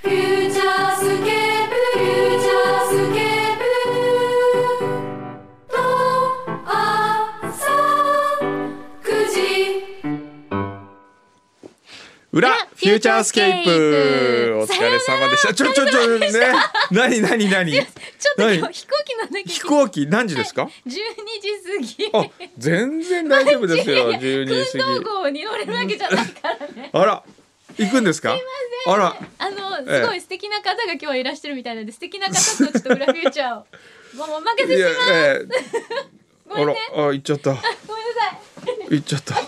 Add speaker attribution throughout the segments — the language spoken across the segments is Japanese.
Speaker 1: フューチャースケープフューチャースケープと朝9時
Speaker 2: 裏フューチャースケープお疲れ様でした。ちょちょちょね、 なになになに
Speaker 3: ちょっと今
Speaker 2: はい
Speaker 3: 日飛行機なんだけど
Speaker 2: 飛行機何時 ですか？
Speaker 3: 12時過
Speaker 2: あ
Speaker 3: ぎ、
Speaker 2: 全然大丈夫で すよ。十二時
Speaker 3: 空洞号に乗れるわけじゃないからね
Speaker 2: 過ぎ。あら行くんですか？ あら
Speaker 3: あの
Speaker 2: ええ
Speaker 3: すごい素敵な方が今日はいらっしゃるみたいなので素敵な方とちょっと裏フューチャー をもうお任
Speaker 2: い
Speaker 3: せし
Speaker 2: や
Speaker 3: ます
Speaker 2: えー
Speaker 3: ご
Speaker 2: あ
Speaker 3: めん
Speaker 2: ら
Speaker 3: ね
Speaker 2: あ行っちゃった
Speaker 3: ごめんなさい
Speaker 2: 行っちゃった。
Speaker 3: 私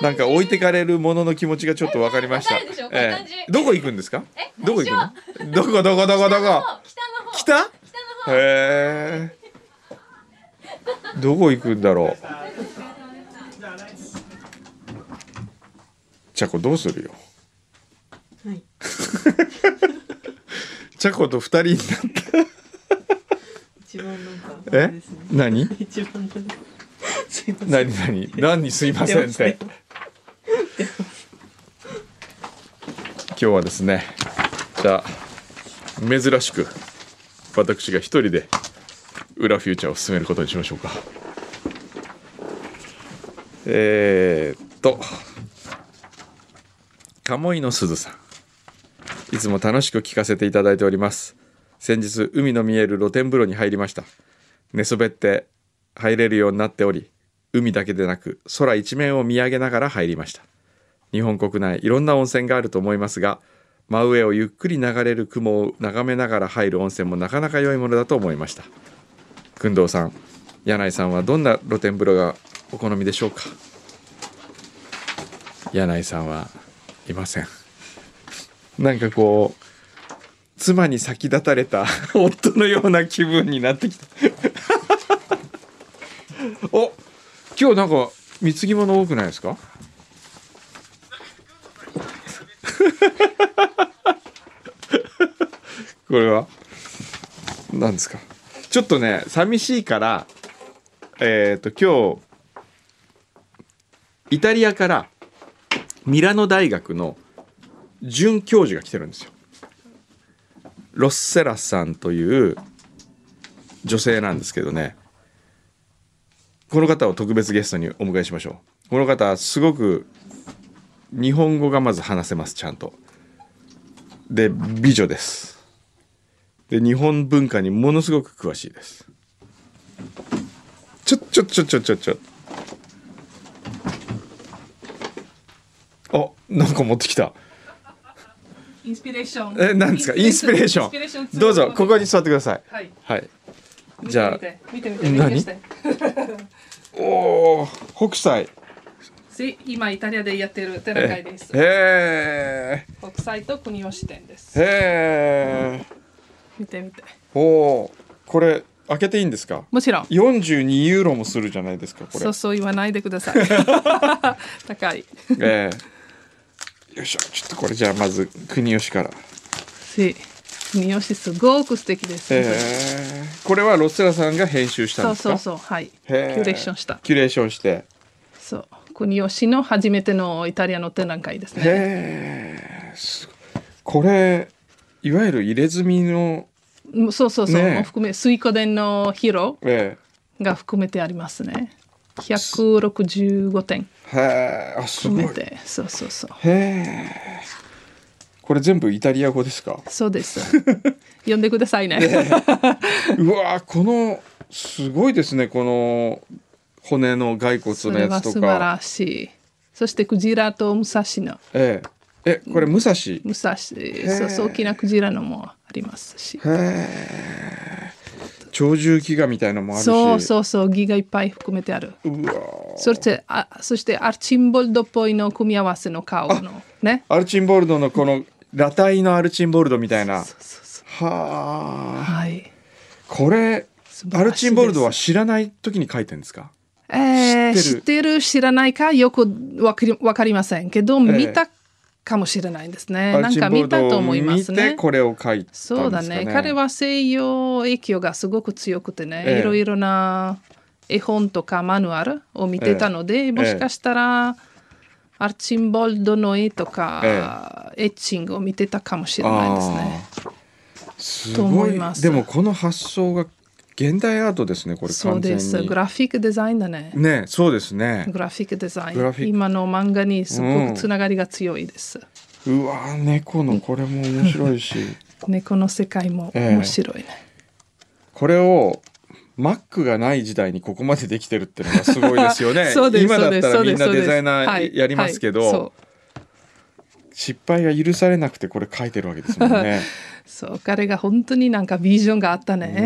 Speaker 2: なんか置いてかれるものの気持ちがちょっとわかりました
Speaker 3: わかるでしょ。こういう
Speaker 2: え
Speaker 3: 感じ
Speaker 2: ーどこ行くんですか
Speaker 3: え？
Speaker 2: どこ行くの？どこどこど
Speaker 3: 北
Speaker 2: こどこ？
Speaker 3: の方北の方
Speaker 2: 北？へえ。どこ行くんだろう。チャコどうするよ。 チャコと二人になっ
Speaker 4: 一番なんか
Speaker 2: た。
Speaker 4: あ
Speaker 2: え
Speaker 4: れですね？
Speaker 2: 何？
Speaker 4: 一番なんかすいません
Speaker 2: 何何？何にすいませんって。今日はですね。じゃあ珍しく私が一人で裏フューチャーを進めることにしましょうか。えー、っと鴨居のすずさんいつも楽しく聞かせていただいております先日海の見える露天風呂に入りました寝そべって入れるようになっており海だけでなく空一面を見上げながら入りました日本国内いろんな温泉があると思いますが真上をゆっくり流れる雲を眺めながら入る温泉もなかなか良いものだと思いました工藤さん柳井さんはどんな露天風呂がお好みでしょうか柳井さんはいませんなんかこう妻に先立たれた 夫のような気分になってきたお今日なんか貢ぎ物多くないですか これは何ですかちょっとね寂しいからえっ、と今日イタリアからミラノ大学の准教授が来てるんですよ。ロッセラさんという女性なんですけどねこの方を特別ゲストにお迎えしましょう。この方すごく日本語がまず話せますちゃんと。で美女です。で日本文化にものすごく詳しいですちょちょちょちょちょちょあなんか持ってきた
Speaker 5: インスピレーション。
Speaker 2: えなんですかインスピレーションどうぞここに。座ってください
Speaker 5: はい。
Speaker 2: はいじ
Speaker 5: じゃ
Speaker 2: ゃ
Speaker 5: あ
Speaker 2: あ、
Speaker 5: 見てみて。見て
Speaker 2: 何
Speaker 5: みて。
Speaker 2: おお北斎
Speaker 5: See 今イタリアでやってる寺会
Speaker 2: え
Speaker 5: です。
Speaker 2: へえ
Speaker 5: 国際と国を視点です。
Speaker 2: へえ
Speaker 5: 見てみて。
Speaker 2: おおーこれ開けていいんですか
Speaker 5: もちろん。
Speaker 2: 42ユーロもするじゃないですかこれ
Speaker 5: そうそう言わないでく ださい。高い。
Speaker 2: ええよいしょちょっとこれじゃあまず国吉から
Speaker 5: See 国吉すごく素敵です。
Speaker 2: えーこれはロステラさんが編集したん
Speaker 5: そう
Speaker 2: です
Speaker 5: そ
Speaker 2: か
Speaker 5: うそうはい。キ
Speaker 2: へー
Speaker 5: ュレーションした。
Speaker 2: キュレーションして
Speaker 5: そう国吉の初めてのイタリアの展覧会ですね。
Speaker 2: へえすこれいわゆる入れ墨の
Speaker 5: うんそうそうそう、
Speaker 2: ねえ
Speaker 5: もう含め水湖伝のヒーロ
Speaker 2: え
Speaker 5: ーが含めてありますね。165点
Speaker 2: えへえあすご
Speaker 5: 含
Speaker 2: い
Speaker 5: めてそうそうそう。
Speaker 2: へえこれ全部イタリア語ですか
Speaker 5: そうです。呼んでくださいね。
Speaker 2: うわーこのすごいですねこの骨の骸骨
Speaker 5: そ
Speaker 2: の
Speaker 5: れ
Speaker 2: や
Speaker 5: は
Speaker 2: つ
Speaker 5: 素
Speaker 2: と
Speaker 5: 晴
Speaker 2: から
Speaker 5: しい。そしてクジラと武蔵の
Speaker 2: えええこれ武蔵
Speaker 5: 武蔵そうそう大きなクジラのもありますし。
Speaker 2: 鳥獣戯画みたいのもあるし
Speaker 5: そうそうそうギがいっぱい含めてある。
Speaker 2: うわ
Speaker 5: そしてあそしてアルチンボルドっぽいの組み合わせの顔のね
Speaker 2: アルチンボルドのこの裸体のアルチンボルドみたいなはあ
Speaker 5: はい
Speaker 2: これ
Speaker 5: 素
Speaker 2: ア
Speaker 5: 晴らしいで
Speaker 2: ル
Speaker 5: す
Speaker 2: チンボルドは知らない時に書いてるんですか
Speaker 5: えー
Speaker 2: 知って
Speaker 5: 知
Speaker 2: る
Speaker 5: ってる知らないかよくわかりわかりませんけど、
Speaker 2: ええ
Speaker 5: 見たかもしれないですね
Speaker 2: アル
Speaker 5: なん
Speaker 2: チ
Speaker 5: か
Speaker 2: ンボ
Speaker 5: 見
Speaker 2: ル
Speaker 5: た
Speaker 2: ド
Speaker 5: と
Speaker 2: を
Speaker 5: 思いま
Speaker 2: 見
Speaker 5: す
Speaker 2: て
Speaker 5: ね
Speaker 2: これを書いたんですかね
Speaker 5: そうだね彼は西洋影響がすごく強くてね、
Speaker 2: ええ
Speaker 5: いろいろな絵本とかマニュアルを見てたので、もしかしたら、アルチンボルドの絵とか、エッチングを見てたかもしれないですね。
Speaker 2: あーす
Speaker 5: と
Speaker 2: ご
Speaker 5: 思
Speaker 2: い
Speaker 5: います
Speaker 2: でもこの発想が現代アートですねこれ
Speaker 5: そう
Speaker 2: 完全
Speaker 5: で
Speaker 2: に
Speaker 5: すグラフィックデザインだね
Speaker 2: ねそうですね
Speaker 5: グラフィックデザイ
Speaker 2: グラフィッ
Speaker 5: ン
Speaker 2: ク
Speaker 5: 今の漫画にすご
Speaker 2: うん
Speaker 5: くつながりが強いです、
Speaker 2: うわー猫のこれも面白 いし
Speaker 5: 猫の世界も面白いね、
Speaker 2: これをマックがない時代にここまでできてるっていうのがすごいですよね
Speaker 5: そうです
Speaker 2: 今だったら
Speaker 5: そう
Speaker 2: み
Speaker 5: で
Speaker 2: ん
Speaker 5: す
Speaker 2: な
Speaker 5: そう
Speaker 2: デ
Speaker 5: です
Speaker 2: ザイナ
Speaker 5: はい
Speaker 2: ーやりますけど、
Speaker 5: はいそう
Speaker 2: 失敗が許されなくてこれ書いてるわけですもん ね。
Speaker 5: そう彼が本当になんかビジョンがあったね、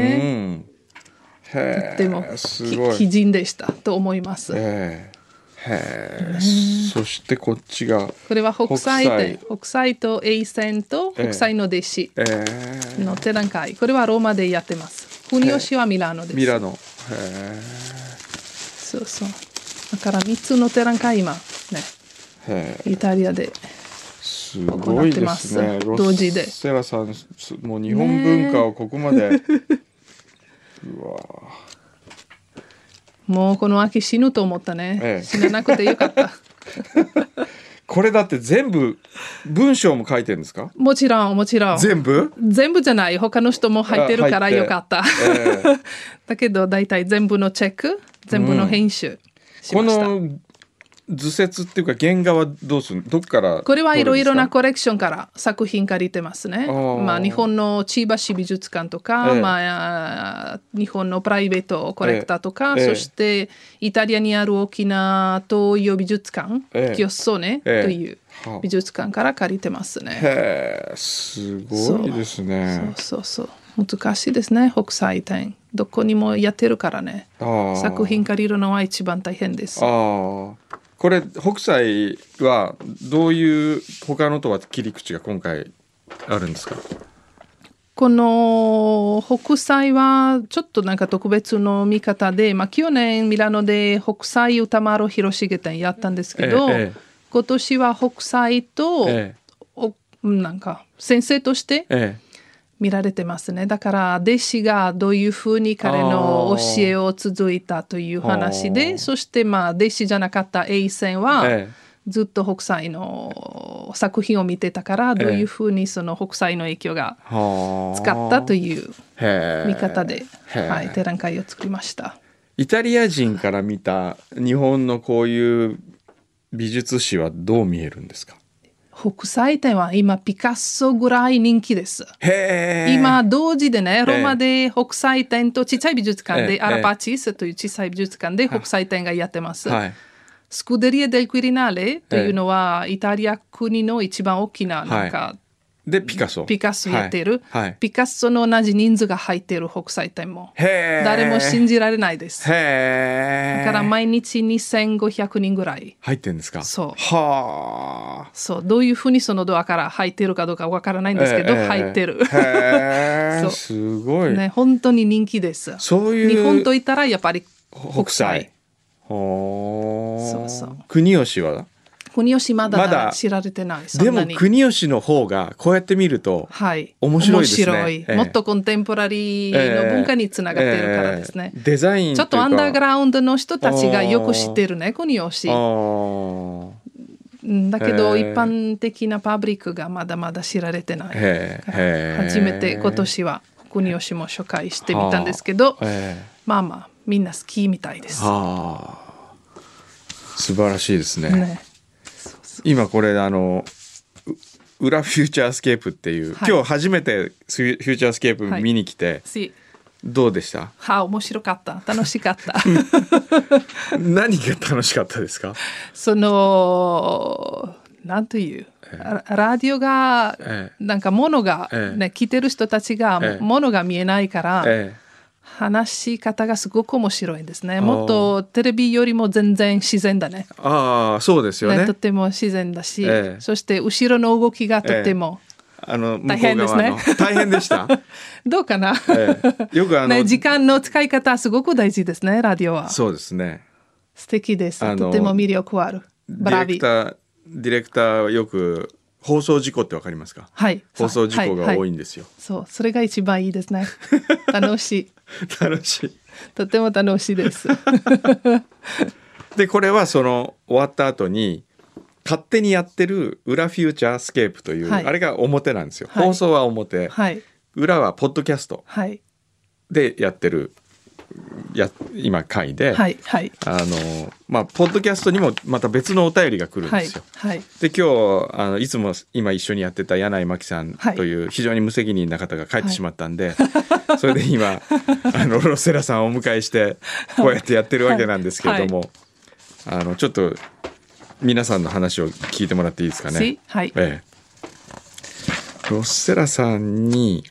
Speaker 2: うん、へえ
Speaker 5: とっても
Speaker 2: すごい。
Speaker 5: き奇人でしたと思います、
Speaker 2: ええへえ、そしてこっちが、
Speaker 5: これは北斎で
Speaker 2: 北
Speaker 5: 北斎と永泉と北斎の弟子
Speaker 2: ええ
Speaker 5: の展覧会、これはローマでやってます国吉はミラノです、
Speaker 2: ミラノ。へ
Speaker 5: そうそうだから3つの展覧会今ね
Speaker 2: えへえ
Speaker 5: イタリアです
Speaker 2: ごいです
Speaker 5: 行っ
Speaker 2: ね。
Speaker 5: てます同時で
Speaker 2: ロッセラさん、すもう日本文化をここま で。うわ
Speaker 5: もうこの秋死ぬと思ったね、
Speaker 2: ええ
Speaker 5: 死ななくてよかった
Speaker 2: これだって全部文章も書いてるんですか？
Speaker 5: もちろんもちろん
Speaker 2: 全 部？
Speaker 5: 全部じゃない他の人も入ってるか
Speaker 2: あ
Speaker 5: ら
Speaker 2: 入って
Speaker 5: よかった、
Speaker 2: ええ
Speaker 5: だけど大体全部のチェック全部の編集し
Speaker 2: こ
Speaker 5: ました、
Speaker 2: の図説っていうか原画はどうする？どっから？
Speaker 5: これはいろいろな。コレクションから作品借りてますね。
Speaker 2: ー
Speaker 5: まあ、日本の千葉市美術館とか、
Speaker 2: ええ
Speaker 5: まあ、日本のプライベートコレクターとか、
Speaker 2: ええ
Speaker 5: そしてイタリアにある大きな東洋美術館、
Speaker 2: ええ
Speaker 5: キオッソーネと
Speaker 2: ええ
Speaker 5: いう
Speaker 2: はあ
Speaker 5: 美術館から借りてますね。
Speaker 2: へえ、すごいですね。
Speaker 5: そうそうそう難しいですね北斎展どこにもやってるからね
Speaker 2: ああ
Speaker 5: 作品借りるのは一番大変です
Speaker 2: ああこれ北斎はどういう他のとは切り口が今回あるんですか
Speaker 5: この北斎はちょっとなんか特別の見方で、まあ、去年ミラノで北斎歌丸広重展やったんですけど、
Speaker 2: ええええ
Speaker 5: 今年は北斎と、
Speaker 2: え
Speaker 5: おなんか先生として
Speaker 2: え
Speaker 5: 見られてますねだから弟子がどういうふうに彼の教えを続いたという話
Speaker 2: あー
Speaker 5: でそしてまあ弟子じゃなかった永泉は、
Speaker 2: ええ
Speaker 5: ずっと北斎の作品を見てたからどういうふうにその北斎の影響が
Speaker 2: はあ
Speaker 5: 使ったという
Speaker 2: へえ
Speaker 5: 見方で、
Speaker 2: へえ
Speaker 5: はい、展覧会を作りました。
Speaker 2: イタリア人から見た日本のこういう美術史はどう見えるんですか
Speaker 5: 北斎展は今ピカソぐらい人気です。
Speaker 2: へえ
Speaker 5: 今同時でね、ローマ
Speaker 2: え
Speaker 5: で北斎展と小さい美術館
Speaker 2: ええ
Speaker 5: で、アラパチースという小さい美術館で北斎展がやってます。
Speaker 2: はい
Speaker 5: スクデリエ・デル・クイリナーレというのは、イタリア国の一番大きななんか、
Speaker 2: でピカソ
Speaker 5: ピカソやってる、
Speaker 2: はい、はい、
Speaker 5: ピカソの同じ人数が入ってる北斎展も、
Speaker 2: へえ
Speaker 5: 誰も信じられないです。
Speaker 2: へえ
Speaker 5: だから毎日2500人ぐらい。
Speaker 2: 入ってんですか
Speaker 5: そう
Speaker 2: はあ
Speaker 5: そうどういうふうにそのドアから入ってるかどうかわからないんですけど、
Speaker 2: ええ
Speaker 5: 入ってる、
Speaker 2: へー
Speaker 5: そう
Speaker 2: すごい、
Speaker 5: ね本当に人気です
Speaker 2: そういう
Speaker 5: 日本といったらやっぱり
Speaker 2: 北斎ほー
Speaker 5: そうそう
Speaker 2: 国吉は
Speaker 5: 国吉ま
Speaker 2: まだ
Speaker 5: だ知られてないそ
Speaker 2: で
Speaker 5: んな
Speaker 2: も
Speaker 5: に
Speaker 2: 国吉の方がこうやって見ると
Speaker 5: はい
Speaker 2: 面白いですね
Speaker 5: 面白い
Speaker 2: ええ
Speaker 5: もっとコンテンポラリーの文化につながってるからですね、
Speaker 2: えーデザイン
Speaker 5: ちょっとアンダーグ
Speaker 2: ラ
Speaker 5: ラウンドの人たちがよく知ってるね国吉
Speaker 2: ウン
Speaker 5: うんだけど
Speaker 2: え
Speaker 5: 一
Speaker 2: え
Speaker 5: 般的なパブリックがまだまだ知られてない
Speaker 2: へえへえ
Speaker 5: 初めて今年は国吉も紹介してみたんですけど、
Speaker 2: え
Speaker 5: まあまあみんな好きみたいです
Speaker 2: ー、。はあ素晴らしいですね
Speaker 5: ね、
Speaker 2: 今これあの「う裏フューチャースケープ」っていう、
Speaker 5: はい
Speaker 2: 今日初めてフュフューチャースケープ見に来て、
Speaker 5: し、
Speaker 2: どうでした
Speaker 5: は面白かった、楽しか った。
Speaker 2: 何が楽しかったですか、
Speaker 5: そのなんという、ララジオが、
Speaker 2: ええ
Speaker 5: なんかものが、
Speaker 2: ええ
Speaker 5: ね聞いてる人たちが、
Speaker 2: ええ
Speaker 5: ものが見えないから、
Speaker 2: え
Speaker 5: 話し方がすごく面白いですね。
Speaker 2: ー
Speaker 5: もっとテレビよりも全然自然だね。
Speaker 2: ああそうですよ
Speaker 5: ね
Speaker 2: ね
Speaker 5: とても自然だし、
Speaker 2: ええ
Speaker 5: そして後ろの動きがとても、
Speaker 2: あの向
Speaker 5: 大
Speaker 2: こう
Speaker 5: 変です
Speaker 2: 側
Speaker 5: ね
Speaker 2: の大変で した、
Speaker 5: どうかな、
Speaker 2: ええよくあの、
Speaker 5: ね、時間の使い方すごく大事ですね、ラジオは。
Speaker 2: そうですね
Speaker 5: 素敵です。
Speaker 2: あの
Speaker 5: とても魅力ある。
Speaker 2: ディ
Speaker 5: ブラ
Speaker 2: レク
Speaker 5: ビ
Speaker 2: タ。ーディレクターはよく放送事故ってわかりますか
Speaker 5: はい。
Speaker 2: 放送事故が多い
Speaker 5: は
Speaker 2: んですよ、
Speaker 5: そう、それが一番いいです ね。楽しい。
Speaker 2: 楽しい
Speaker 5: とても楽しいです。
Speaker 2: でこれはその終わった後に勝手にやってる「裏フューチャースケープ」という、
Speaker 5: はい
Speaker 2: あれが表なんですよ、
Speaker 5: はい
Speaker 2: 放送は表、
Speaker 5: はい。
Speaker 2: 裏はポッドキャスト
Speaker 5: はい。
Speaker 2: でやってるや今回で、
Speaker 5: はい。はい。
Speaker 2: あのまあポッドキャストにもまた別のお便りが来るん
Speaker 5: は
Speaker 2: で
Speaker 5: い
Speaker 2: すよ。。
Speaker 5: はい。
Speaker 2: で今日あのいつも今一緒にやってた柳井真紀さん
Speaker 5: はい
Speaker 2: という非常に無責任な方が帰ってしまったんで、 それで今 あのロセラさんをお迎えしてこうやってやってるわけなんですけれども、あのちょっと皆さんの話を聞いてもらっていいですかね。
Speaker 5: See? はい。
Speaker 2: ええ、ロッセラさんに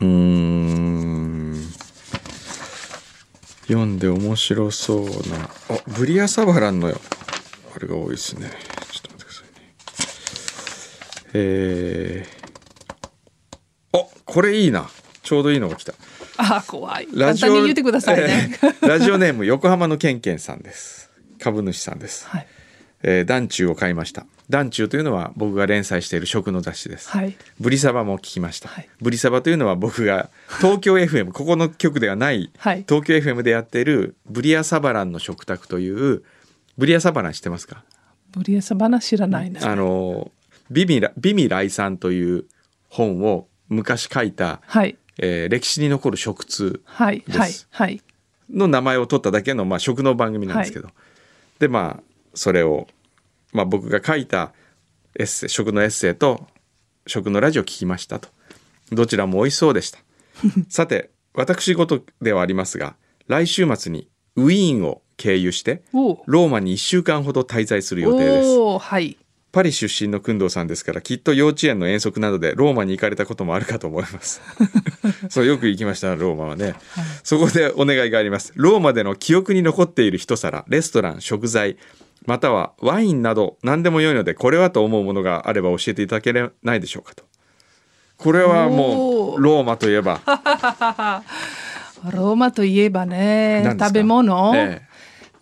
Speaker 2: うーん読んで面白そうなあブリアサバランのあれが多いですねちょっと待ってくださいねえー、あこれいいなちょうどいいのが来た
Speaker 5: あー、怖い。簡単に言ってくださいね。
Speaker 2: ええラジオネーム横浜のケンケンさんです株主さんです
Speaker 5: はい。
Speaker 2: えー、団中を買いました団中というのは僕が連載している食の雑誌です、
Speaker 5: はい。
Speaker 2: ブリサバも聞きました、
Speaker 5: はい
Speaker 2: ブリサバというのは僕 が東京 FM ここの局ではない
Speaker 5: はい
Speaker 2: 東京 FM でやっているブリアサバランの食卓というブリアサバラン知ってますか
Speaker 5: ブリエサバナ知らないね。
Speaker 2: あのビミラビミライさんという本を昔書いた、
Speaker 5: はい。
Speaker 2: えー歴史に残る食通
Speaker 5: はい。
Speaker 2: です
Speaker 5: はい。はい。
Speaker 2: の名前を取っただけの、まあ、食の番組なんですけど、でまあそれを、まあ、僕が書いたエッセイ食のエッセイと食のラジオを聞きましたとどちらも美味しそうでしたさて私事ではありますが来週末にウィーンを経由して
Speaker 5: おお。
Speaker 2: ローマに1週間ほど滞在する予定です
Speaker 5: おお、はい。
Speaker 2: パリ出身の工藤さんですからきっと幼稚園の遠足などでローマに行かれたこともあるかと思います そうよく行きましたローマはね、そこでお願いがありますローマでの記憶に残っている一皿レストラン食材またはワインなど何でも良いのでこれはと思うものがあれば教えていただけないでしょうかとこれはも
Speaker 5: お
Speaker 2: う
Speaker 5: ー
Speaker 2: ローマといえば
Speaker 5: ローマといえばね
Speaker 2: 何、ですか
Speaker 5: 食べ物、
Speaker 2: ええ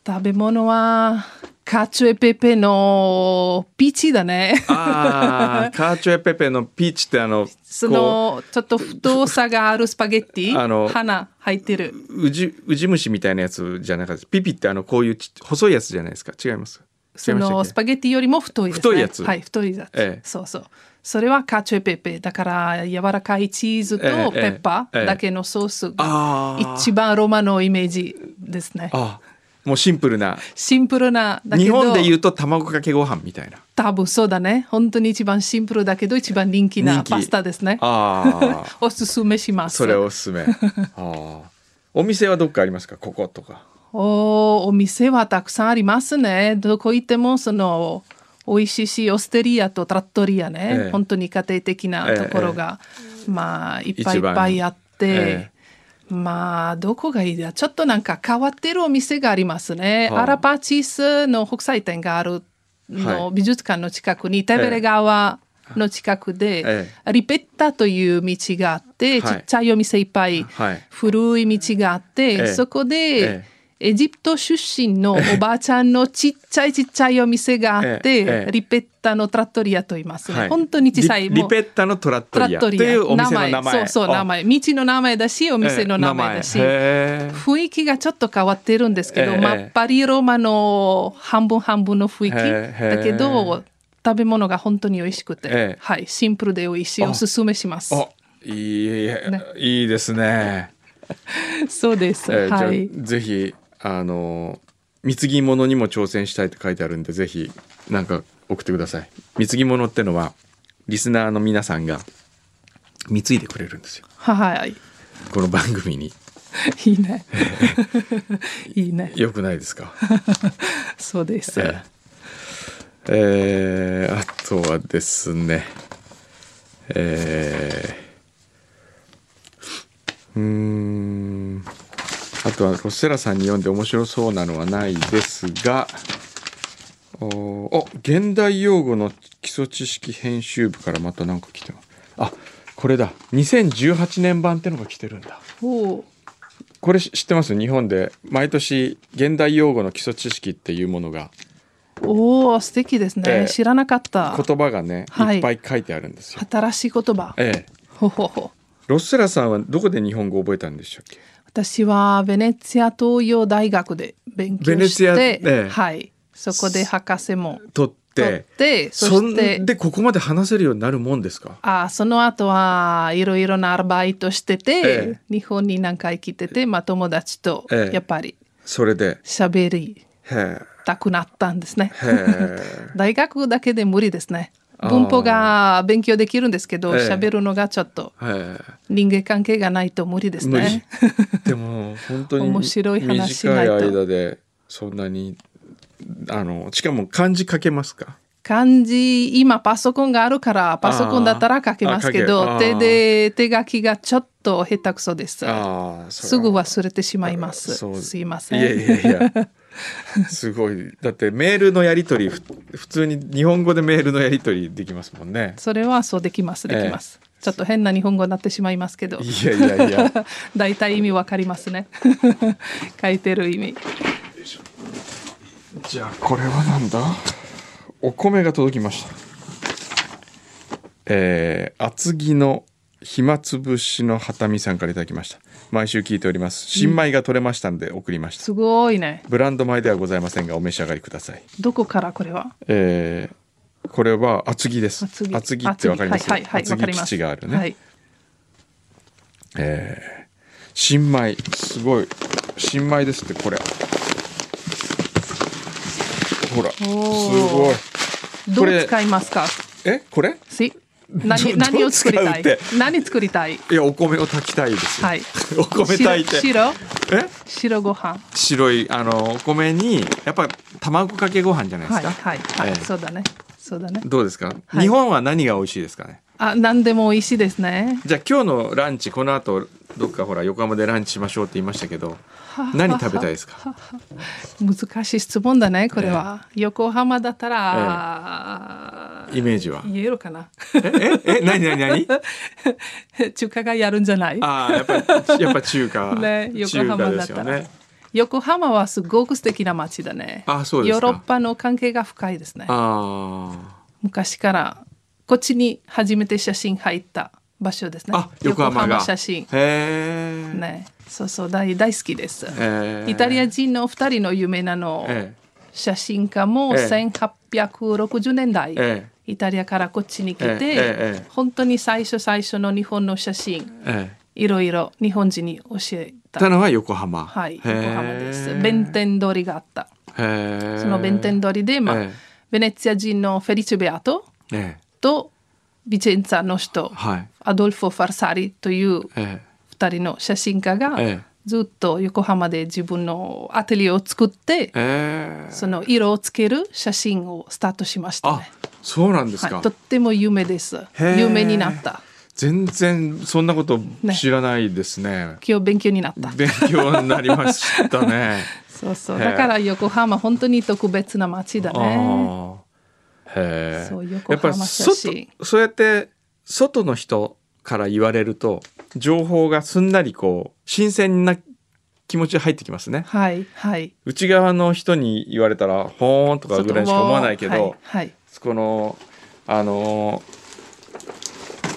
Speaker 5: 食べ物は、カチュエペペのピーチだね。
Speaker 2: あーカーチョエペペのピーチってあの
Speaker 5: そ
Speaker 2: こ
Speaker 5: の、ちょっと太さがあるスパゲッティ、
Speaker 2: あの
Speaker 5: 花入ってる。
Speaker 2: うウジウジ虫みたいなやつじゃなかったですピピってあのこういうち細いやつじゃないですか違います違
Speaker 5: そ
Speaker 2: いましたっ
Speaker 5: の
Speaker 2: け
Speaker 5: スパゲッティよりも太いです、ね。
Speaker 2: 太いやつ
Speaker 5: はい、太いやつ。
Speaker 2: ええ
Speaker 5: そうそう。それはカチュエペペ。だから、柔らかいチーズとペ
Speaker 2: ええ
Speaker 5: ッパ
Speaker 2: ええ
Speaker 5: ーだけのソース
Speaker 2: あ
Speaker 5: が
Speaker 2: ー
Speaker 5: 一番ローマのイメージですね。
Speaker 2: あもうシンプルな
Speaker 5: シンプルな、だけ
Speaker 2: 日
Speaker 5: ど
Speaker 2: 本で言うと卵かけご飯みたいな
Speaker 5: 多分そうだね。本当に一番シンプルだけど一番人気な
Speaker 2: 人気
Speaker 5: パスタですね。
Speaker 2: あ
Speaker 5: おすすめしま
Speaker 2: あ
Speaker 5: す。
Speaker 2: それおすすめあーお店はどっかありますかこことか
Speaker 5: おお店はたくさんありますね。どこ行ってもその美味しいし、オステリアとトラットリアね、
Speaker 2: ええ
Speaker 5: 本当に家庭的なところが、まあいっぱいいっぱいあって。
Speaker 2: え
Speaker 5: まあどこがいいだちょっとなんか変わってるお店がありますね、
Speaker 2: はあ
Speaker 5: アラパチスの北斎店があるの、
Speaker 2: はい
Speaker 5: 美術館の近くにテベレ川の近くで、
Speaker 2: え
Speaker 5: リペッタという道があって、
Speaker 2: はい
Speaker 5: ちっちゃいお店いっぱい、
Speaker 2: はい
Speaker 5: 古い道があって、
Speaker 2: ええ
Speaker 5: そこで、
Speaker 2: え
Speaker 5: エジプト出身のおばあちゃんのちっちゃいちっちゃいお店があって、
Speaker 2: ええええ
Speaker 5: リペッタのトラットリアと言いますね、
Speaker 2: はい
Speaker 5: 本当に小さい
Speaker 2: リリペッタのトラッ
Speaker 5: ト
Speaker 2: ト
Speaker 5: ラ
Speaker 2: リア
Speaker 5: ッ
Speaker 2: と
Speaker 5: トリア
Speaker 2: いうお店の名前
Speaker 5: そうそう
Speaker 2: あ
Speaker 5: 名前道の名前だしお店の名前だし、
Speaker 2: ええ名前へ
Speaker 5: 雰囲気がちょっと変わってるんですけど、
Speaker 2: ええ
Speaker 5: まあパリローマの半分半分の雰囲気
Speaker 2: へえ
Speaker 5: だけど食べ物が本当に美味しくて、
Speaker 2: ええ
Speaker 5: はいシンプルで美味しい
Speaker 2: あ
Speaker 5: おすすめします
Speaker 2: あいいえ、
Speaker 5: ね
Speaker 2: いいですね、
Speaker 5: そうです、
Speaker 2: えー
Speaker 5: は
Speaker 2: じ
Speaker 5: い
Speaker 2: ゃあぜひあの貢ぎ物にも挑戦したいと書いてあるんでぜひなんか送ってください貢ぎ物ってのはリスナーの皆さんが貢いでくれるんですよ
Speaker 5: はい
Speaker 2: この番組に
Speaker 5: いい ね いいね
Speaker 2: 良くないですか。
Speaker 5: そうです、
Speaker 2: えええーあとはですね、えーうーんあとはロッセラさんに読んで面白そうなのはないですがおーお現代用語の基礎知識編集部からまた何か来てますあこれだ2018年版ってのが来てるんだ
Speaker 5: おう
Speaker 2: これし知ってます日本で毎年現代用語の基礎知識っていうものが
Speaker 5: おー素敵ですね、
Speaker 2: ええ
Speaker 5: 知らなかった
Speaker 2: 言葉がね、、
Speaker 5: はいい
Speaker 2: っぱい書いてあるんですよ、
Speaker 5: 新しい言葉
Speaker 2: ええ
Speaker 5: ほほほ
Speaker 2: ロッセラさんはどこで日本語を覚えたんでしたっけ
Speaker 5: 私はベネツィア東洋大学で勉強
Speaker 2: ベネ
Speaker 5: し
Speaker 2: ツィアえ
Speaker 5: て、
Speaker 2: え
Speaker 5: はいそこで博士も
Speaker 2: 取っ
Speaker 5: 取
Speaker 2: て
Speaker 5: ってそ
Speaker 2: そん
Speaker 5: して
Speaker 2: でここまで話せるようになるもんですか
Speaker 5: あその後はいろいろなアルバイトしてて
Speaker 2: え、
Speaker 5: 日本に何回来てて、まあ、友達と
Speaker 2: ええ
Speaker 5: やっぱり
Speaker 2: それで
Speaker 5: 喋り
Speaker 2: へえ
Speaker 5: たくなったんですね。
Speaker 2: へ え
Speaker 5: 大学だけで無理ですね。
Speaker 2: あー
Speaker 5: 文法が勉強できるんですけど
Speaker 2: ええ
Speaker 5: 喋、るのがちょっと
Speaker 2: へえ
Speaker 5: 人間関係がないと無理ですね。
Speaker 2: でも本当に
Speaker 5: 面白い話し
Speaker 2: 短
Speaker 5: ないいと
Speaker 2: 間でそんなにあのしかも漢字書けますか
Speaker 5: 漢字今パソコンがあるからパソコンだったら書けますけ
Speaker 2: あー
Speaker 5: ど
Speaker 2: あ書け
Speaker 5: 手
Speaker 2: る
Speaker 5: で手書きがちょっと下手くそです。
Speaker 2: ああ
Speaker 5: すぐ
Speaker 2: は
Speaker 5: 忘れてしまいます。
Speaker 2: そう
Speaker 5: すいません。
Speaker 2: いやいや いやすごいだってメールのやり取りふ普通に日本語でメールのやり取りできますもんね
Speaker 5: それはそうできます
Speaker 2: ええ
Speaker 5: できます、ちょっと変な日本語になってしまいますけど
Speaker 2: いやいやい や
Speaker 5: だいたい意味わかりますね 書いてる意味
Speaker 2: じゃあこれはなんだお米が届きましたえー、厚木の暇つぶしのはたみさんからいただきました毎週聞いております新米が取れましたんで送りました、
Speaker 5: すごいね
Speaker 2: ブランド米ではございませんがお召し上がりください
Speaker 5: どこからこれは
Speaker 2: えー、これは厚木です厚
Speaker 5: 厚
Speaker 2: 木
Speaker 5: 木
Speaker 2: ってわかります
Speaker 5: はいはいはい
Speaker 2: 厚
Speaker 5: わか
Speaker 2: 木
Speaker 5: りま
Speaker 2: 基
Speaker 5: す
Speaker 2: 地があるね、
Speaker 5: はい、
Speaker 2: えー新米すごい新米ですってこれほらすごい
Speaker 5: ど
Speaker 2: こ
Speaker 5: う
Speaker 2: れ
Speaker 5: 使いますか
Speaker 2: えこれ
Speaker 5: し
Speaker 2: ど
Speaker 5: 何何を作りたい
Speaker 2: どう使う
Speaker 5: 何作りたい
Speaker 2: いやお米を炊きたいですよ、
Speaker 5: はい
Speaker 2: お 米炊いて
Speaker 5: 白白
Speaker 2: え
Speaker 5: 白ご飯
Speaker 2: 白いあのお米にやっぱ卵かけご飯じゃないで
Speaker 5: は
Speaker 2: す
Speaker 5: い
Speaker 2: か、
Speaker 5: はいはい、
Speaker 2: ええ
Speaker 5: そうだねそうだね
Speaker 2: どうですか、
Speaker 5: はい
Speaker 2: 日本は何が美味しいですかね
Speaker 5: あ何でも美味しいですね
Speaker 2: じゃあ今日のランチこの後どっかほら横浜でランチしましょうって言いましたけど何食べたいですか
Speaker 5: 難しい質問だねこれは、横浜だったら、
Speaker 2: イメージは
Speaker 5: 言えるかな
Speaker 2: え何何何
Speaker 5: 中華がやるんじゃない
Speaker 2: ああやっぱりやっぱ中華、
Speaker 5: ね横浜だったら、横浜はすごく素敵な街だね
Speaker 2: あそうですか
Speaker 5: ヨーロッパの関係が深いですね
Speaker 2: あ
Speaker 5: 昔からこっちに初めて写真入った場所ですね
Speaker 2: ああ横浜が
Speaker 5: 写真
Speaker 2: へえ、
Speaker 5: ねそうそう大大好きです、
Speaker 2: えー
Speaker 5: イタリア人の二人の有名なの、
Speaker 2: ええ
Speaker 5: 写真家も
Speaker 2: ええ
Speaker 5: 1860年代、
Speaker 2: え
Speaker 5: イタリアからこっちに来て、
Speaker 2: ええええ
Speaker 5: 本当に最初最初の日本の写真
Speaker 2: ええ
Speaker 5: いろいろ日本人に教え
Speaker 2: た
Speaker 5: た、
Speaker 2: のは横浜
Speaker 5: はい、
Speaker 2: へ
Speaker 5: 横
Speaker 2: え
Speaker 5: 浜です弁天通りがあった
Speaker 2: へえ
Speaker 5: その弁天通りで、まあ
Speaker 2: ええ
Speaker 5: ベネツィア人のフェリチェ・ベアト
Speaker 2: ええ
Speaker 5: とビチェンツァの人、
Speaker 2: はい
Speaker 5: アドルフォ・ファルサリという
Speaker 2: え
Speaker 5: 二人の写真家が、
Speaker 2: ええ
Speaker 5: ずっと横浜で自分のアトリエを作って、
Speaker 2: えええ
Speaker 5: その色をつける写真をスタートしました
Speaker 2: あ
Speaker 5: ね。
Speaker 2: そうなんですか、
Speaker 5: はい、とっても有名です。
Speaker 2: へー
Speaker 5: 有名になった。
Speaker 2: 全然そんなこと知らないですね
Speaker 5: 今日勉強になった。
Speaker 2: 勉強になりましたね
Speaker 5: そうそう。
Speaker 2: へー
Speaker 5: だから横浜本当に特別な街だね。
Speaker 2: ああへえ
Speaker 5: そう横
Speaker 2: やっぱ
Speaker 5: 浜
Speaker 2: り
Speaker 5: 写
Speaker 2: 外
Speaker 5: 真
Speaker 2: そうやって外の人から言われると情報がすんなりこう新鮮な気持ちで入ってきますね
Speaker 5: はいはい。
Speaker 2: 内側の人に言われたら「ほーん」とかぐらいしか思わないけど、
Speaker 5: はいはい。
Speaker 2: このあの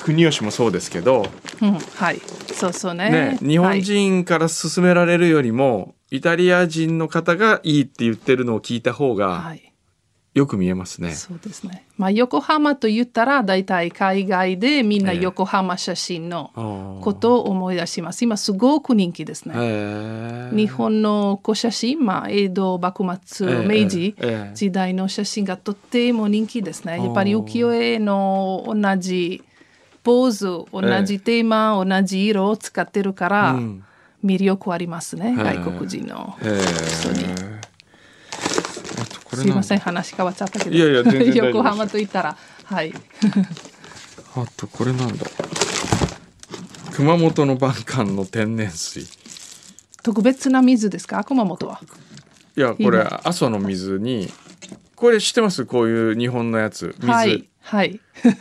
Speaker 2: 国吉もそうですけど、
Speaker 5: うんはい。そうそうね。
Speaker 2: ね、日本人から勧められるよりも、イタリア人の方がいいって言ってるのを聞いた方
Speaker 5: はい。
Speaker 2: が
Speaker 5: はい
Speaker 2: よく見えますね。
Speaker 5: そうですね。まあ横浜と言ったら大体海外でみんな
Speaker 2: ええ
Speaker 5: 横浜写真の
Speaker 2: ああ
Speaker 5: ことを思い出します。今すごく人気ですね。
Speaker 2: へえ
Speaker 5: 日本の古写真、まあ、江戸幕末、
Speaker 2: ええ
Speaker 5: 明治
Speaker 2: ええ
Speaker 5: 時代の写真がとっても人気ですね。やっぱり
Speaker 2: おー
Speaker 5: 浮世絵の同じポーズ同
Speaker 2: え
Speaker 5: じテーマ、同じ色を使ってるから、
Speaker 2: うん
Speaker 5: 魅力ありますね、
Speaker 2: え
Speaker 5: 外国人の
Speaker 2: へえ
Speaker 5: 人に。
Speaker 2: あとこれ
Speaker 5: すいません
Speaker 2: ん
Speaker 5: 話変わっちゃったけど
Speaker 2: いやいや全然大丈夫です
Speaker 5: 横浜と言ったらはい
Speaker 2: あとこれなんだ熊本の晩柑の天然水い
Speaker 5: 特別な水ですか熊本は
Speaker 2: やこ
Speaker 5: い
Speaker 2: れ
Speaker 5: い
Speaker 2: 阿蘇の水にこれ知ってますこういう日本のやつ水、
Speaker 5: はいはい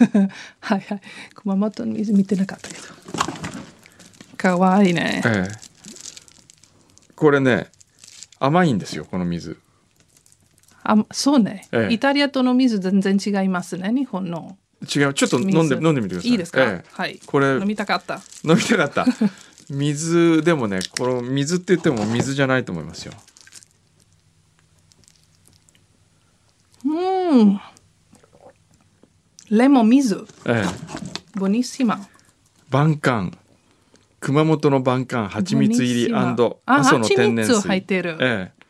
Speaker 5: はいはい熊本の水見てなかったけどかわいいね
Speaker 2: ええ、これね甘いんですよこの水
Speaker 5: あそうね、
Speaker 2: ええ
Speaker 5: イタリアとの水全然違いますね日本の
Speaker 2: 違うちょっと
Speaker 5: 水
Speaker 2: 飲んで飲んでみてください
Speaker 5: いいですか、
Speaker 2: ええ
Speaker 5: はい
Speaker 2: これ
Speaker 5: 飲みたかった
Speaker 2: 飲みたかった水でもねこの水って言っても水じゃないと思いますよ
Speaker 5: うんレモン水
Speaker 2: ええ
Speaker 5: ボニッシマ
Speaker 2: 晩柑熊本の晩柑蜂蜜入り
Speaker 5: ボニッシマあ
Speaker 2: 阿蘇の天然
Speaker 5: 蜂蜜
Speaker 2: 水
Speaker 5: 入ってる
Speaker 2: ええ、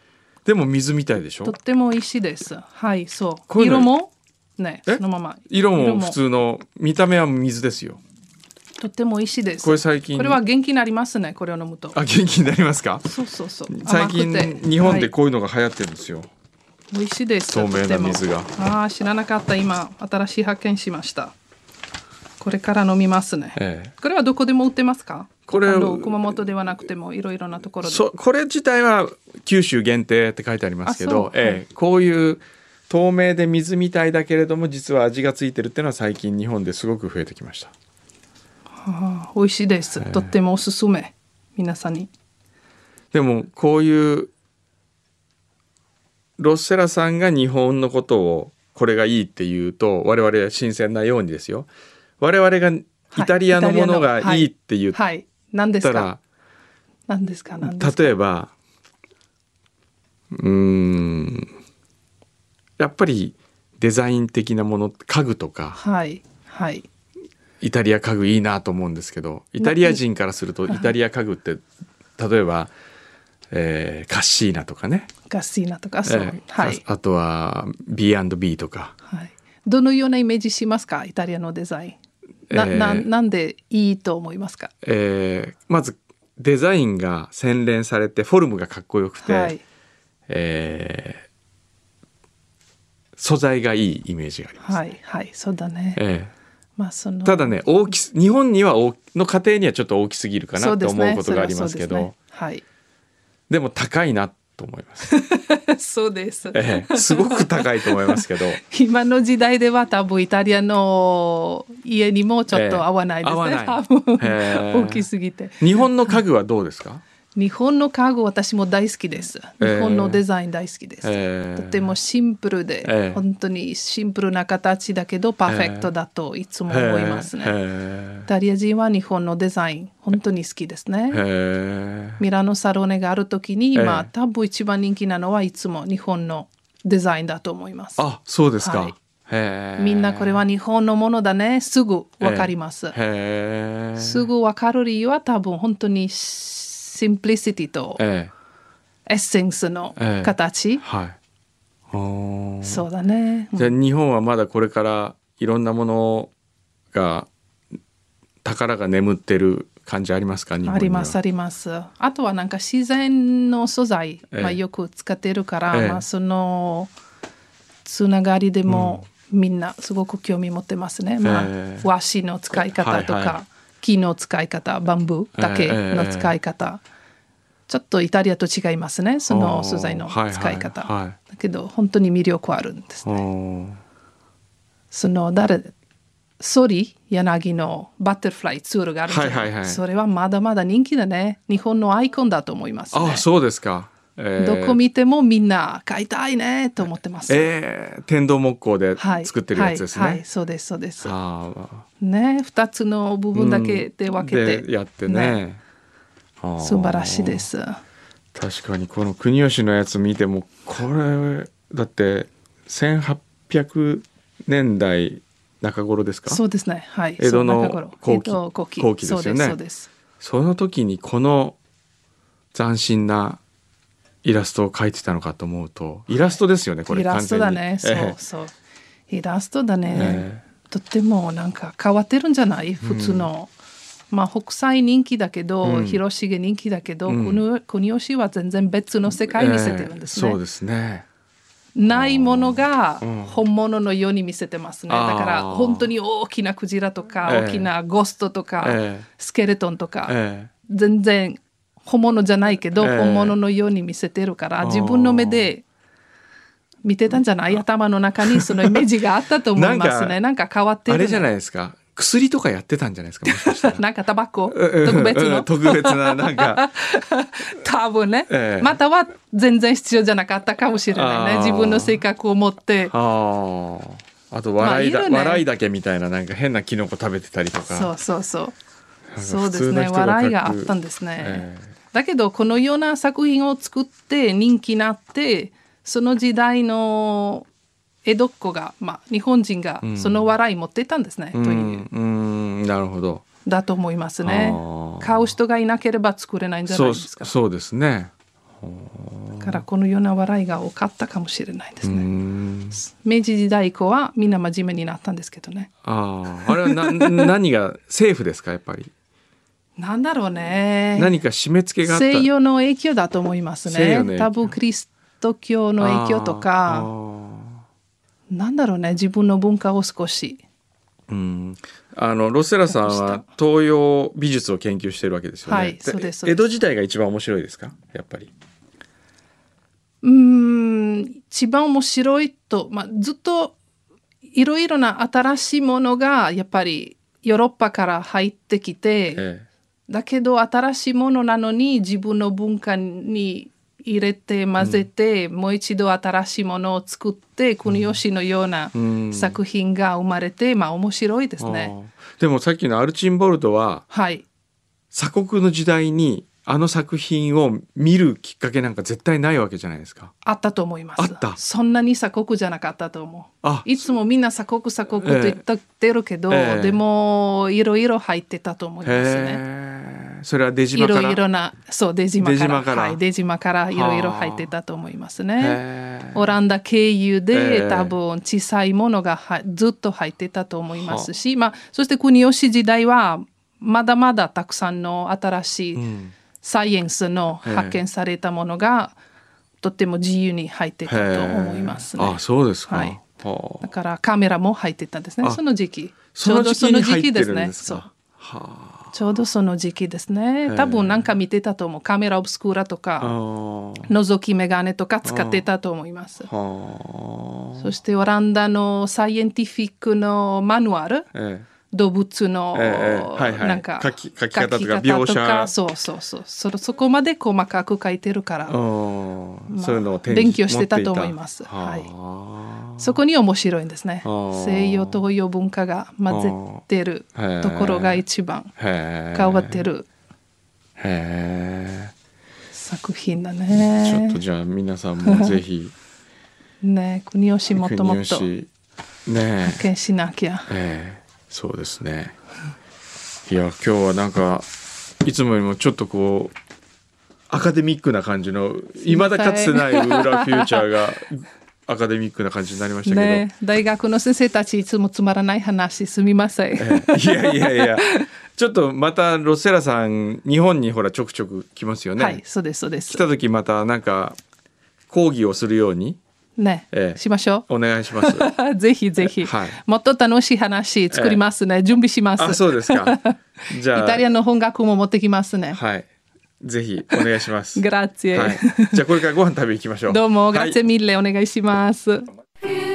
Speaker 2: でも水みたいでし
Speaker 5: と
Speaker 2: ょ
Speaker 5: っても美味しいですはいそう
Speaker 2: こういうの
Speaker 5: 色もね
Speaker 2: え
Speaker 5: そのまま
Speaker 2: 色も普通の見た目は水ですよ
Speaker 5: とっても美味しいです
Speaker 2: これ最近
Speaker 5: これは元気になりますねこれを飲むと
Speaker 2: あ元気になりますか
Speaker 5: そうそうそう
Speaker 2: 最近
Speaker 5: 甘くて
Speaker 2: 日本で
Speaker 5: は
Speaker 2: こういうのが流行ってるんですよ、
Speaker 5: い、美味しいです
Speaker 2: 透明
Speaker 5: とて
Speaker 2: な
Speaker 5: も
Speaker 2: 水が
Speaker 5: ああ知らなかった今新しい発見しましたこれから飲みますね、
Speaker 2: ええ
Speaker 5: これはどこでも売ってますか
Speaker 2: これ
Speaker 5: あの熊本ではなくてもいろいろなところで
Speaker 2: そこれ自体は九州限定って書いてありますけ
Speaker 5: あそ
Speaker 2: ど、
Speaker 5: う
Speaker 2: ええこういう透明で水みたいだけれども実は味がついてるっていうのは最近日本ですごく増えてきました
Speaker 5: あー美味しいです、とってもおすすめ皆さんに
Speaker 2: でもこういうロッセラさんが日本のことをこれがいいって言うと我々は新鮮なようにですよ我々がイ
Speaker 5: はい
Speaker 2: タリアのもの
Speaker 5: イタリアのは
Speaker 2: が
Speaker 5: い
Speaker 2: いいって言っ
Speaker 5: はい何です
Speaker 2: たら、
Speaker 5: か何ですか何ですか
Speaker 2: 例えばうーんやっぱりデザイン的なもの家具とか
Speaker 5: はいはい
Speaker 2: イタリア家具いいなと思うんですけどイタリア人からするとイタリア家具って例えば、えーカッシーナとかね、
Speaker 5: ガッシーナとかそう、
Speaker 2: えー
Speaker 5: はい
Speaker 2: ああとは B&B とか
Speaker 5: はいどのようなイメージしますかイタリアのデザインな,、
Speaker 2: えー
Speaker 5: ななんでいいと思いますか
Speaker 2: えーまずデザインが洗練されてフォルムがかっこよくて、
Speaker 5: はい
Speaker 2: えー素材がいいイメージがあります。
Speaker 5: はいはいそうだね、
Speaker 2: えー
Speaker 5: まあその
Speaker 2: ただね大きす日本には大きの家庭にはちょっと大きすぎるかなと思うことがありますけどで
Speaker 5: そうですねそれ
Speaker 2: も
Speaker 5: はそうですねはい
Speaker 2: 高いなと思い ます、
Speaker 5: そうです。
Speaker 2: ええ、すごく高いと思いますけ ど
Speaker 5: 今の時代では多分イタリアの家にもちょっと合わないですね。
Speaker 2: ええ合わない
Speaker 5: 多分、
Speaker 2: ええ
Speaker 5: 大きすぎて。
Speaker 2: 日本の家具はどうですか、
Speaker 5: 日本の家具私も大好きです。
Speaker 2: ええ
Speaker 5: 日本のデザイン大好きです。
Speaker 2: ええ
Speaker 5: とてもシンプルで、
Speaker 2: ええ
Speaker 5: 本当にシンプルな形だけどパーフェクトだといつも思いますね。
Speaker 2: え
Speaker 5: イタリア人は日本のデザイン本当に好きですね。
Speaker 2: えええ
Speaker 5: ミラノサロネがあるときに
Speaker 2: ええ
Speaker 5: 今、多分一番人気なのはいつも日本のデザインだと思います。
Speaker 2: あそうですか、
Speaker 5: はい
Speaker 2: へえ
Speaker 5: みんなこれは日本のものだねすぐわかります、
Speaker 2: へえ
Speaker 5: すぐわかる理由は多分本当にシンプリシティと
Speaker 2: え
Speaker 5: エッセンスの
Speaker 2: ええ
Speaker 5: 形、
Speaker 2: えはいおー
Speaker 5: そうだね
Speaker 2: じゃあ日本はまだこれからいろんなものが宝が眠ってる感じありますか日本には
Speaker 5: ありますありますあとはなんか自然の素材、
Speaker 2: ええ
Speaker 5: まあ、よく使ってるから、
Speaker 2: ええ
Speaker 5: まあ、そのつながりでもみんなすごく興味持ってますね、まあ
Speaker 2: ええ
Speaker 5: 和紙の使い方とか、
Speaker 2: はいは
Speaker 5: 木の使い方バンブーだけの使い方、ちょっとイタリアと違いますねその素材の
Speaker 2: おーはいはい
Speaker 5: 使い方、
Speaker 2: は
Speaker 5: だけど本当に魅力はあるんです
Speaker 2: お
Speaker 5: ね
Speaker 2: ー
Speaker 5: その誰ソリ柳のバターフライツールがあるじゃない、
Speaker 2: はいはいはい
Speaker 5: それはまだまだ人気だね日本のアイコンだと思います、ね
Speaker 2: あ、そうですか。えー
Speaker 5: どこ見てもみんな買いたいねと思ってます、
Speaker 2: えー天童木工で
Speaker 5: はい、
Speaker 2: 作ってるやつですね。
Speaker 5: はいはいそうですそうです
Speaker 2: あ
Speaker 5: ね2つの部
Speaker 2: ー
Speaker 5: 分だけで分けて、
Speaker 2: でやってね。あー
Speaker 5: 素晴らしいで。す
Speaker 2: 確かにこの国吉のやつ見てもこれだって1800年代中頃ですか。
Speaker 5: そうですねはい
Speaker 2: 江戸の
Speaker 5: そう中頃
Speaker 2: 後期
Speaker 5: 江戸後期
Speaker 2: 後期ですよね
Speaker 5: そうです
Speaker 2: その時にこの斬新なイラストを描いてたのかと思うとイラストですよねこ
Speaker 5: そうです
Speaker 2: れ
Speaker 5: イラストだね
Speaker 2: 完
Speaker 5: そう
Speaker 2: 全にええ
Speaker 5: そうイラストだね、
Speaker 2: え
Speaker 5: とってもなんか変わってるんじゃない普通の、まあ北斎人気だけど、
Speaker 2: うん
Speaker 5: 広重人気だけど、
Speaker 2: うん
Speaker 5: 国国吉は全然別の世界見せてるんですね、
Speaker 2: ええそうですね。
Speaker 5: ないものが
Speaker 2: うん
Speaker 5: 本物のように見せてますね。
Speaker 2: あー
Speaker 5: だから本当に大きなクジラとか、
Speaker 2: ええ
Speaker 5: 大きなゴーストとか、
Speaker 2: ええ
Speaker 5: スケルトンとか、
Speaker 2: え
Speaker 5: 全然本物じゃないけど、
Speaker 2: ええ
Speaker 5: 本物のように見せてるから自分の目で見てたんじゃない頭の中にそのイメージがあったと思いますね。
Speaker 2: な
Speaker 5: なんか変わって
Speaker 2: えあ
Speaker 5: る
Speaker 2: れじゃない
Speaker 5: い
Speaker 2: ですか薬とかやってたんじゃないですかもしかしたら
Speaker 5: なんかタバコ
Speaker 2: うん
Speaker 5: 特別
Speaker 2: う
Speaker 5: の
Speaker 2: ん特別ななんか
Speaker 5: 多分ね、
Speaker 2: ええ
Speaker 5: または全然必要じゃなかったかもしれない
Speaker 2: あー
Speaker 5: ね自分の性格を持って
Speaker 2: あああと笑いだ、
Speaker 5: まあいるね
Speaker 2: 笑いだけみたいななんか変なキノコ食べてたりとか
Speaker 5: そうそうそう
Speaker 2: か
Speaker 5: そうで
Speaker 2: 普通
Speaker 5: す
Speaker 2: の
Speaker 5: ね
Speaker 2: 人が描く
Speaker 5: 笑いがあったんですね、
Speaker 2: え
Speaker 5: だけどこのような作品を作って人気になってその時代の江戸っ子が、まあ、日本人が
Speaker 2: ん
Speaker 5: その笑い持っていたんですね、と
Speaker 2: う
Speaker 5: いうん
Speaker 2: うんなるほど
Speaker 5: だと思いますね
Speaker 2: あー
Speaker 5: 買う人がいなければ作れないんじゃない
Speaker 2: そう
Speaker 5: ですか
Speaker 2: そうですね
Speaker 5: だからこのような笑いが多かったかもしれないです
Speaker 2: う
Speaker 5: ね、
Speaker 2: ん
Speaker 5: 明治時代以降はみんな真面目になったんですけどね
Speaker 2: あああれはな 何がセーフですかやっぱり
Speaker 5: なんだろうね
Speaker 2: 何か締め付けがあった
Speaker 5: 西洋の影響だと思います
Speaker 2: 西洋の影響
Speaker 5: ね多分クリスト教の影響と
Speaker 2: あ
Speaker 5: か
Speaker 2: ー
Speaker 5: なんだろうね自分の文化を少し
Speaker 2: うん、あのロステラさん
Speaker 5: わかり
Speaker 2: は
Speaker 5: ま
Speaker 2: 東洋美術を研究してるわけですよね。
Speaker 5: はいそうですそうです
Speaker 2: 江戸時代が一番面白いですかやっぱり。
Speaker 5: うーん一番面白いと、まあ、ずっといろいろな新しいものがやっぱりヨーロッパから入ってきて、
Speaker 2: ええ
Speaker 5: だけど新しいものなのに自分の文化に入れて混ぜて、もう一度新しいものを作って国吉のような
Speaker 2: うん
Speaker 5: 作品が生まれて、まあ面白いですね。
Speaker 2: あーでもさっきのアルチンボルトは
Speaker 5: はい
Speaker 2: 鎖国の時代にあの作品を見るきっかけなんか絶対ないわけじゃないですか。
Speaker 5: あったと思います
Speaker 2: あった
Speaker 5: そんなに鎖国じゃなかったと思う
Speaker 2: あ
Speaker 5: いつもみんな鎖国鎖国と言っ
Speaker 2: ええ
Speaker 5: た言ってるけど、
Speaker 2: ええ
Speaker 5: でもいろいろ入ってたと思いますね
Speaker 2: へえ。それは出
Speaker 5: い
Speaker 2: 島から。
Speaker 5: ろいろなそう出島から
Speaker 2: 出島から
Speaker 5: はい、出島からいろいろ入ってたと思いますね
Speaker 2: へえ
Speaker 5: オランダ経由で、
Speaker 2: ええ
Speaker 5: 多分小さいものがはずっと入ってたと思いますし、まあ、そして国吉時代はまだまだたくさんの新しい、
Speaker 2: うん
Speaker 5: サイエンスの発見されたものが、とっても自由に入ってたと思います
Speaker 2: へ
Speaker 5: ね
Speaker 2: えあ、。そうですか。
Speaker 5: はい
Speaker 2: はあ
Speaker 5: だからカメラも入ってたんですね。
Speaker 2: あ
Speaker 5: その時期。
Speaker 2: その時期に入ってるん
Speaker 5: ちょうどその時
Speaker 2: で
Speaker 5: 期
Speaker 2: す
Speaker 5: そう
Speaker 2: か。は
Speaker 5: ちょうどその時期ですね。多分なんか見てたと思う。カメラオブスクーラと
Speaker 2: あ。あ
Speaker 5: か、
Speaker 2: ー
Speaker 5: 覗きメガネとか使ってたと思います。
Speaker 2: は
Speaker 5: そしてオランダのサイエンティフィックのマニュアル、
Speaker 2: あ。ええ。
Speaker 5: 動物の、
Speaker 2: ええええはいはい
Speaker 5: なんか
Speaker 2: 書き書き方とか
Speaker 5: 書き
Speaker 2: 描写
Speaker 5: そうそうそうそ。そこまで細かく書いてるから。
Speaker 2: うん
Speaker 5: まあ
Speaker 2: そういうのを手に
Speaker 5: 勉強してたと思います
Speaker 2: 持ってた
Speaker 5: はい
Speaker 2: はあ
Speaker 5: そこに面白いんですね
Speaker 2: あー
Speaker 5: 西洋東洋文化が混ぜてる
Speaker 2: あー
Speaker 5: ところが一番
Speaker 2: へえ
Speaker 5: 変わってる
Speaker 2: へ
Speaker 5: 作品だ
Speaker 2: えちょっと
Speaker 5: ね。
Speaker 2: じゃあ皆さんもぜひ
Speaker 5: ね国吉もっともっと
Speaker 2: 国吉ねえ
Speaker 5: 発見しなきゃ。
Speaker 2: ええそうですねいや今日はなんかいつもよりもちょっとこうアカデミックな感じのいまだかつてない「ウーラフューチャー」が アカデミックな感じになりましたけど、
Speaker 5: ね大学の先生たちいつもつまらない話すみません。
Speaker 2: いやいやいや。ちょっとまたロセラさん日本にほらちょくちょく来ますよね。
Speaker 5: はいそうですそうです
Speaker 2: 来。た時またなんか講義をするように
Speaker 5: ね、
Speaker 2: ええ
Speaker 5: しましょ
Speaker 2: お願いし ます。
Speaker 5: う。ぜひぜひ、
Speaker 2: はい
Speaker 5: もっと楽しい話作りますね、準備します。
Speaker 2: あ、そうですか。じゃあ
Speaker 5: イタリアの本学も持ってきますね。
Speaker 2: はい。ぜひお願いし ます。
Speaker 5: グラッツェ
Speaker 2: はい。じゃあこれからご飯食べ行きましょう。
Speaker 5: どうも
Speaker 2: は
Speaker 5: グラ
Speaker 2: い
Speaker 5: ッツェミッレお願いします。
Speaker 1: フューチャー